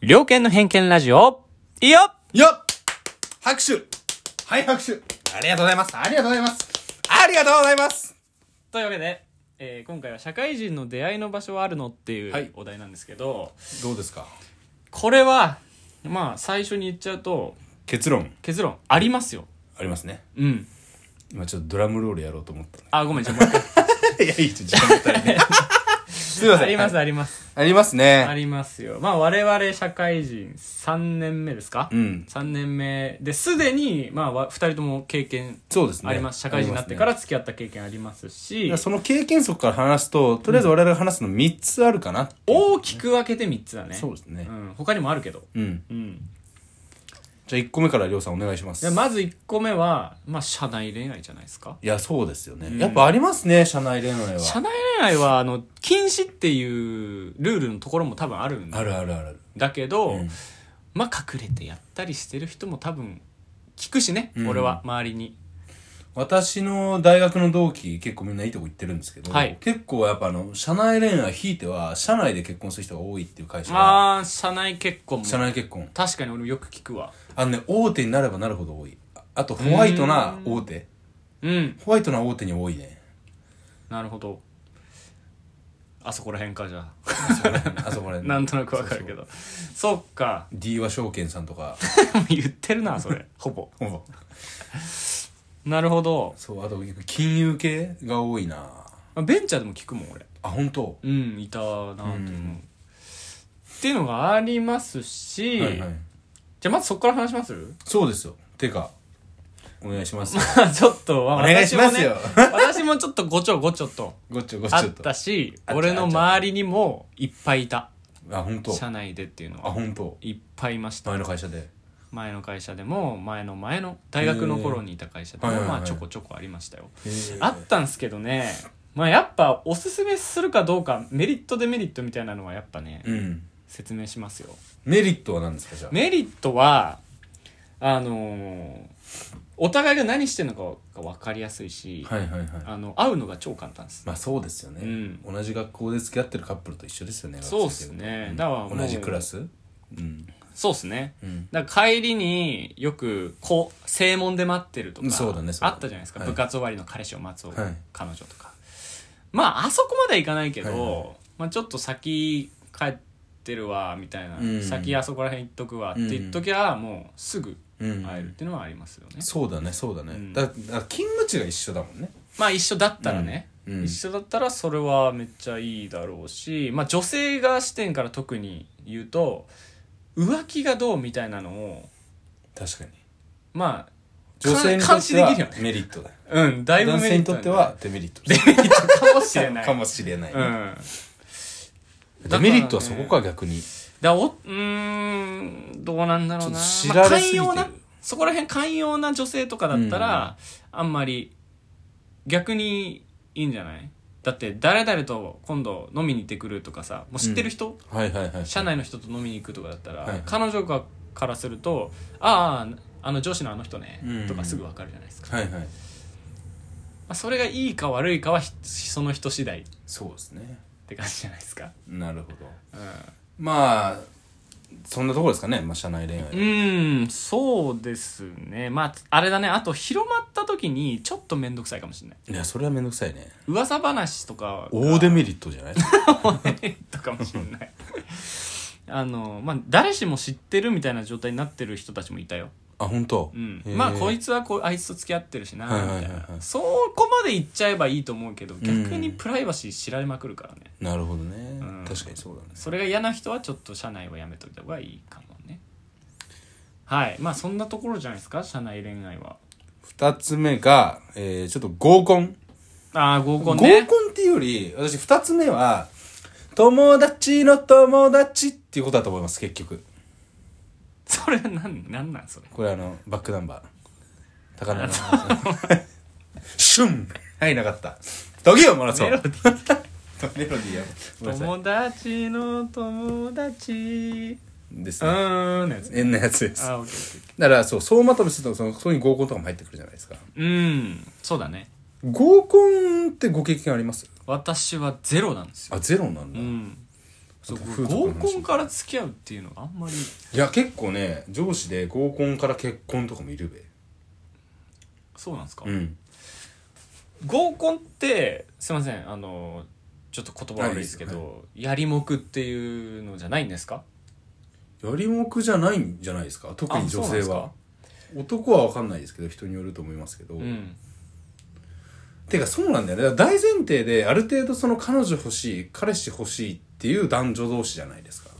猟犬の偏見ラジオ、いいよよっ拍手はい、拍手ありがとうございます。ありがとうございますありがとうございますというわけで、えー今回は社会人の出会いの場所はあるのっていはういお題なんですけど、どうですかこれは、まあ最初に言っちゃうと、結論結論ありますよ。ありますね。うん。今ちょっとドラムロールやろうと思ったあ、ごめん、じゃあもう一回ね。 いや、いい、ちょっと時間もったいね。 すいません。あります、はいあります。ありますあね。りますよ。まあ我々社会人3年目ですか、うん。 3年目ですでに、まあ、わ2人とも経験そうですね。あります、社会人になってから付き合った経験ありますありしますね。その経験則から話すと、とりあえず我々が話すの3つあるかなっていう大きく分けて3つだねそうですねう。ん、他にもあるけど、うん。うん、じゃあ1個目からりょうさんお願いします。でまず1個目は、まあ、社内恋愛じゃないですかいや、そうですよね。やっぱありますね、社内恋愛社は。内恋愛はあの禁止っていうルールのところも多分あるんあるあるある。だけど、うんまあ隠れてやったりしてる人も多分聞くしね、うん俺は周りに私の大学の同期結構みんないいとこ行ってるんですけど、はい結構やっぱあの社内恋愛ひいては社内で結婚する人が多いっていう会社がああ社内結婚も社内結婚確かに俺もよく聞くわあのね大手になればなるほど多いああとホワイトな大手うんホワイトな大手に多いねなるほどあそこら辺かじゃあ あそこら辺なんとなくわかるけどどそっか D 和証券さんとか言ってるなそれほぼほぼなるほどそうあと金融系が多いなまあベンチャーでも聞くもん俺あ本当うんいたなと思う、うんっていうのがありますし、はいはいじゃあまずそこから話します そうですよてかお願いします まあちょっと、まあお願いしますよ私もね私もちょっとごちょごちょとごっちょ ごっちあょっとたしあっちゃ俺の周りにもいっぱいいたあ本当社内でっていうのあは本当いっぱいいました前の会社で前の会社でも前の前の大学の頃にいた会社でもへーはいはいまはあいちょこちょこありましたよああったんすけどねまあやっぱおすすめするかどうかメリットデメリットみたいなのはやっぱねうん説明しますよメリットは何ですかじゃあメリットはあのーお互いが何してるのかが分かりやすいしはいはいはいあの会うのが超簡単ですまあそうですよね、う同じ学校で付き合ってるカップルと一緒ですよねそうっすねだからもう同じクラスうん、そうっすねうん、だから帰りによくこう正門で待ってるとかそうだねそうあだねったじゃないですか、はい部活終わりの彼氏を待つ、はい彼女とかまああそこまではいかないけど、はいはいまあ、ちょっと先帰ってるわみたいな、うん先あそこら辺行っとくわって言っときゃ、もうすぐうん会えるっていうのはありますよね、そうだねそうだね、うんだだから勤務地が一緒だもんねまあ一緒だったらね、うんうん一緒だったらそれはめっちゃいいだろうし、まあ、女性が視点から特に言うと浮気がどうみたいなのを確かにまあ女性にと監っ視てではきるよねメリットだうん、だいぶ男メリ性ッにトとなっんてだはデメリットデメリットかもしれない。かもしれない、うん。だデメリットはそこかか逆にらお、うーん、どうなんだろうな。ちょっと知まあられ寛すぎてる容な、そこら辺寛容な女性とかだったら、あんまり、逆にいいんじゃないだって、誰々と今度飲みに行ってくるとかさ、もう知ってる人、はいはいはい社内の人と飲みに行くとかだったら、はいはい彼女がからすると、ああ、あの上司のあの人ね、うんとかすぐわかるじゃないですか。はいはいまあ、それがいいか悪いかはひ、その人次第っそうですねて感じじゃないですか。なるほどうんまあそんなところですかね、まあ、社内恋愛はうーんそうですねまああれだねあと広まった時にちょっと面倒くさいかもしれないいやそれはめんどくさいね噂話とか大デメリットじゃないはとかもしれないあのまあ誰しも知ってるみたいな状態になってる人たちもいたよ、 あ本当。うんへ、ーまあこいつはこうあいつと付き合ってるしなみはいはいはいたはいいな、そこまで言っちゃえばいいと思うけど逆にプライバシー知られまくるからね、なるほどね、うん確かにそうだねそれが嫌な人はちょっと社内はやめといた方がいいかもねはいまあそんなところじゃないですか社内恋愛は二つ目が、えー、ちょっと合コンああ合コン合ねコンっていうより私二つ目は友達の友達っていうことだと思います結局それなんなんなんそれこれあのバックナンバー高野の シュンはいなかった時をもらそうメロデメロディーやごめんなさい友達の友達ですうねーんのやつね変なやつですあーオッケーオッケーオッケだからそう総まとめするとそのそういう合コンとかも入ってくるじゃないですかーうんそうだね合コンってご経験あります私はゼロなんですよあゼロなんうだ、んそう風俗の合話コンから付き合うっていうのがあんまりいや結構ね上司で合コンから結婚とかもいるべそうなんですか、うん合コンってすいませんあのちょっと言葉悪いですけど、はやりもくっていうのじゃないんですかやりもくじゃないんじゃないですか特に女性あそうなは男は分かんないですけど人によると思いますけど、うんてかそうなんだよねだから大前提である程度その彼女欲しい彼氏欲しいっていう男女同士じゃないですか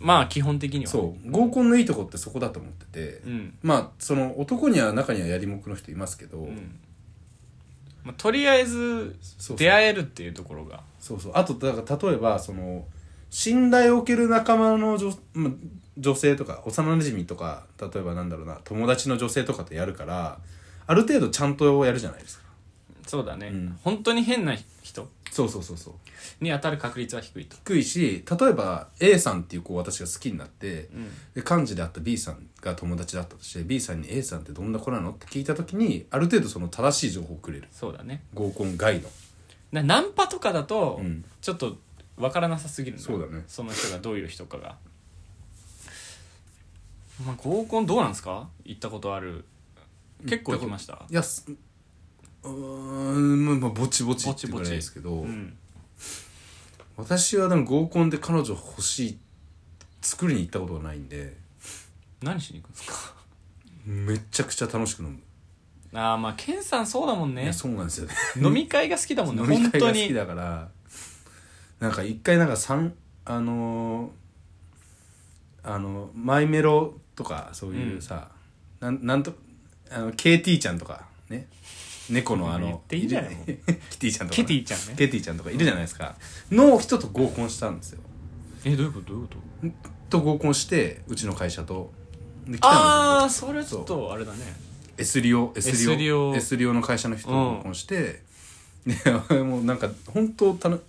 まあ基本的にはそう合コンのいいとこってそこだと思ってて、うん、まあその男には中にはやりもくの人いますけど、うんまあ、とりあえずそうそう出会えるっていうところがそうそうあとだから例えばその信頼を受ける仲間の女ま女性とか幼馴染とか例えばなんだろうな友達の女性とかとやるからある程度ちゃんとやるじゃないですかそうだね、うん本当に変な人そうそうそうそうに当たる確率は低いと、低いし例えば A さんっていう子を私が好きになって、うんで幹事であった B さんが友達だったとして B さんに A さんってどんな子なのって聞いた時にある程度その正しい情報をくれるそうだね合コン外のなナンパとかだと、うんちょっと分からなさすぎるんそうだねその人がどういう人かが、まあ、合コンどうなんですか行ったことある結構行きましたいやすうーんまあまあぼちぼちってぐらいですけどうん私はでも合コンで彼女欲しい作りに行ったことがないんで何しに行くんですかめちゃくちゃ楽しく飲む、ああまあケンさんそうだもんいねやそうなんですよね飲み会が好きだもんね飲み本会当が好きにだからなんか一回なんか三あのーあのマイメロとかそういうさ、なんなんとあの KT ちゃんとかね猫のあ言っのていいんじゃないるも うキティちゃんとかケね、ティちゃんねケティちゃんとかいるじゃないですかの人と合コンしたんですよえどういうことどういうことと合コンしてうちの会社とで来たんあであそれはちょっとあれだねすよ S リオ S リオ S リオ S リオの会社の人とうん合コンして、でもうなんか本当たの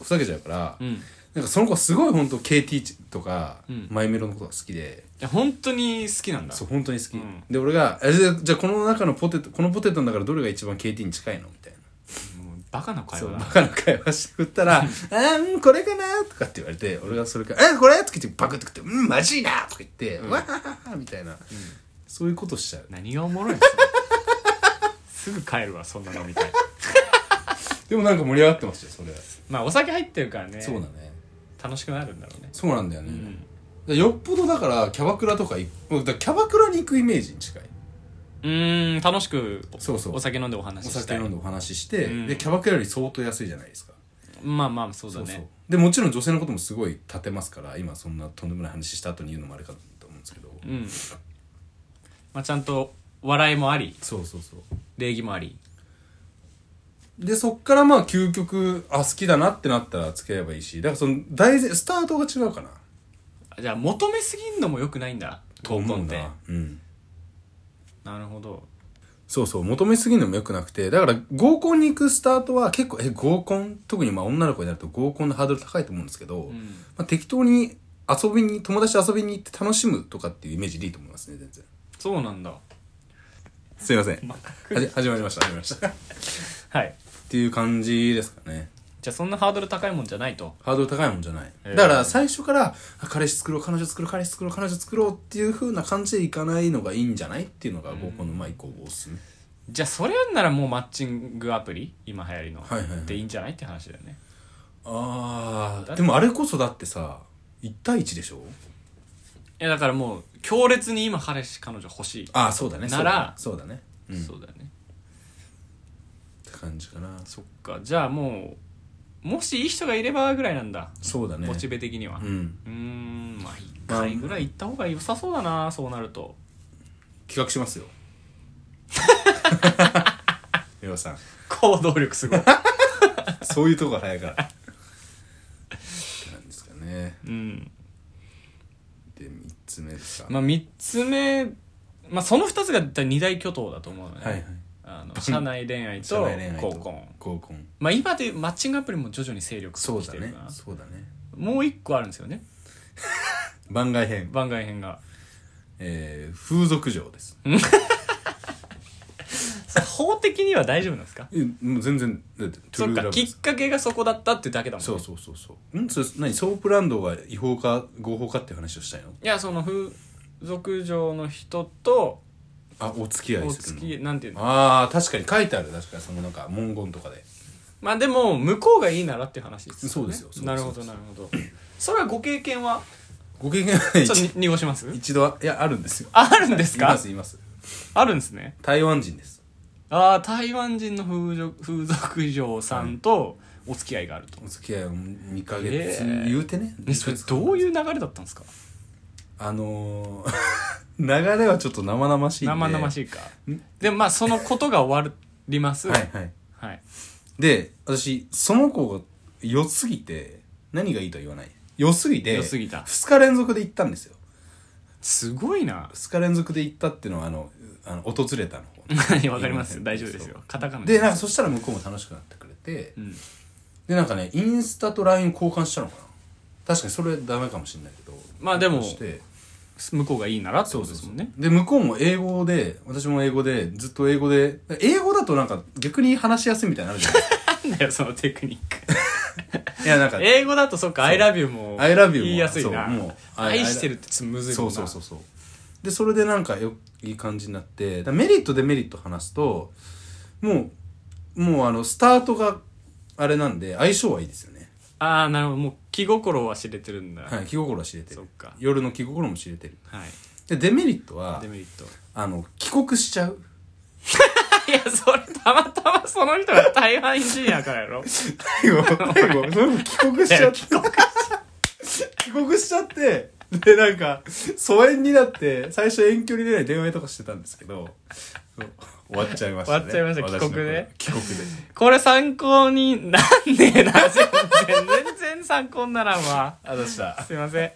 ふざけちゃうから、うんいなんかその子すごい本当 KT とか、うんマイメロのことが好きでや本当に好きなんだそう本当に好き、うんで俺がえじゃあ「じゃあこの中のポテトこのポテトの中でどれが一番 KT に近いの?」みたいなもうバカな会そう話だバなカな会話してったら「あーうんこれかな?」とかって言われて俺がそれから「えこれ?」とか言ってパクって食って「うんマジいな!」とか言って「わはははみたいな、そういうことしちゃう何がおもろいんですか すぐ帰るわそんなのみたいでもなんか盛り上がってましたよそれ、まあお酒入ってるからねそうだね楽しくなるんだろうねそうなんだよね、んだからよっぽどだからキャバクラとか行くだからキャバクラに行くイメージに近いうーん楽しくおそうそうお酒飲んでおお話しし酒たい飲んでお話しして、うんでキャバクラより相当安いじゃないですかまあまあそうだそうそうねでもちろん女性のこともすごい立てますから今そんなとんでもない話した後に言うのもあれかと思うんですけど、うんまあちゃんと笑いもありそうそうそう礼儀もありでそっからまあ究極あ好きだなってなったらつければいいしだからその大前スタートが違うかなじゃあ求めすぎんのもよくないんだと合思コうンっんてだうんなるほどそうそう求めすぎるのも良くなくてだから合コンに行くスタートは結構え合コン特にまあ女の子になると合コンのハードル高いと思うんですけど、んまあ、適当に遊びに友達と遊びに行って楽しむとかっていうイメージでいいと思いますね全然そうなんだすいませんまはじ始まりました始まりましたっはいていう感じですかねじゃあそんなハードル高いもんじゃないとハードル高いもんじゃない、えーだから最初からあ彼氏作ろう彼女作ろう彼氏作ろう彼女作ろうっていう風な感じでいかないのがいいんじゃないっていうのが合コンのまあ以降おすすめ、じゃあそれならもうマッチングアプリ今流行りの、はいはいはいでいいんじゃないって話だよねあだあでもあれこそだってさ1対1でしょいやだからもう強烈に今彼氏彼女欲しい、ああそうだねならそうだねそうだねうんそうだよねって感じかなそっかじゃあもうもしいい人がいればぐらいなんだ、そうだねモチベ的にはうんうーんまあ1回ぐらい行った方が良さそうだなそうなると企画し ますよ レオさん行動力すごいそういうとこが早いからってなんですかねうんで3つ目ですか、 まあ3つ目まあその2つが二大巨頭だと思うのね、はいはいあの社内恋愛社と内恋愛と合コン合コンまあ今でマッチングアプリも徐々に勢力つそうきだてるねな、そうだねもう一個あるんですよね番外編、番外編がえー、風俗嬢ですそれ法的には大丈夫なんですかえもう全然だって トゥそルっーラかブきでっすかけがそこだったってだけだもんねそうそうそうそうんそれ何ソープランドが違法か合法かっていう話をしたいのいやその風俗嬢の人とあお付き合おい付するのき合いなんていうのああ確かに書いてある確かにそのなんか文言とかでまあでも向こうがいいならっていう話ですそうですよそうなるほそどうなるほどそれはご経験はご経験はちょっとに一濁します一度はいやあるんですよああるんですいまかすいますあるんですね台湾人ですああ台湾人の風俗風俗嬢さんとお付き合いがあると、お付き合いを2ヶ月、ええ言うてねえそれどういう流れだったんですかあのー 流れはちょっと生々しいんで生々いしいかでもまあそのことが終わりますはいはいはいで私その子が良すぎて何がいいとは言わない良すぎて良すぎた2日連続で行ったんですよすごいな2日連続で行ったっていうのはあのあの訪れたの方 わかりますよ大丈夫ですよそうカタカナでなんかそしたら向こうも楽しくなってくれて、うんでなんかねインスタと LINE 交換したのかな確かにそれダメかもしれないけどまあでも交換して向こうがいいならってことですもんねで向こうも英語で私も英語でずっと英語で英語だとなんか逆に話しやすいみたいになの あるじなんだよそのテクニックゃんいやなんか英語だとそっか「そう I love you」も I love you も言いやすいなそうもう愛してるってつむずいもそんうなそうそうそうでそれでなんかよいい感じになってだからメリットデメリット話すともうもうあのスタートがあれなんで相性はいいですよね、ああなるほどもう気心は知れてるんだはい、気心は知れてそっるか夜の気心も知れてるはいでデメリットはデメリットあの帰国しちゃういやそれたまたまその人が台湾人やからやろ最後最後その子帰国しちゃって帰国しちゃってでなんか疎遠になって最初遠距離恋愛電話とかしてたんですけどそう終わっちゃいましたね終わっちゃいました帰国で私の帰国でこれ参考になんねえな全然全然参考にならんわあどうしたすいません